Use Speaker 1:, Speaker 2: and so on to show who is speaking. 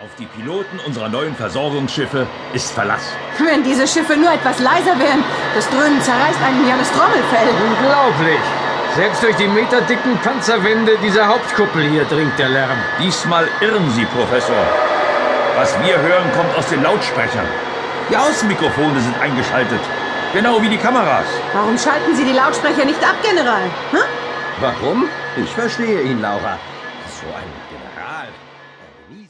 Speaker 1: Auf die Piloten unserer neuen Versorgungsschiffe ist Verlass.
Speaker 2: Wenn diese Schiffe nur etwas leiser wären, das Dröhnen zerreißt einem ja das Trommelfell.
Speaker 3: Unglaublich! Selbst durch die meterdicken Panzerwände dieser Hauptkuppel hier dringt der Lärm.
Speaker 1: Diesmal irren Sie, Professor. Was wir hören, kommt aus den Lautsprechern. Die Außenmikrofone sind eingeschaltet. Genau wie die Kameras.
Speaker 2: Warum schalten Sie die Lautsprecher nicht ab, General? Hm?
Speaker 4: Warum? Ich verstehe ihn, Laura. So ein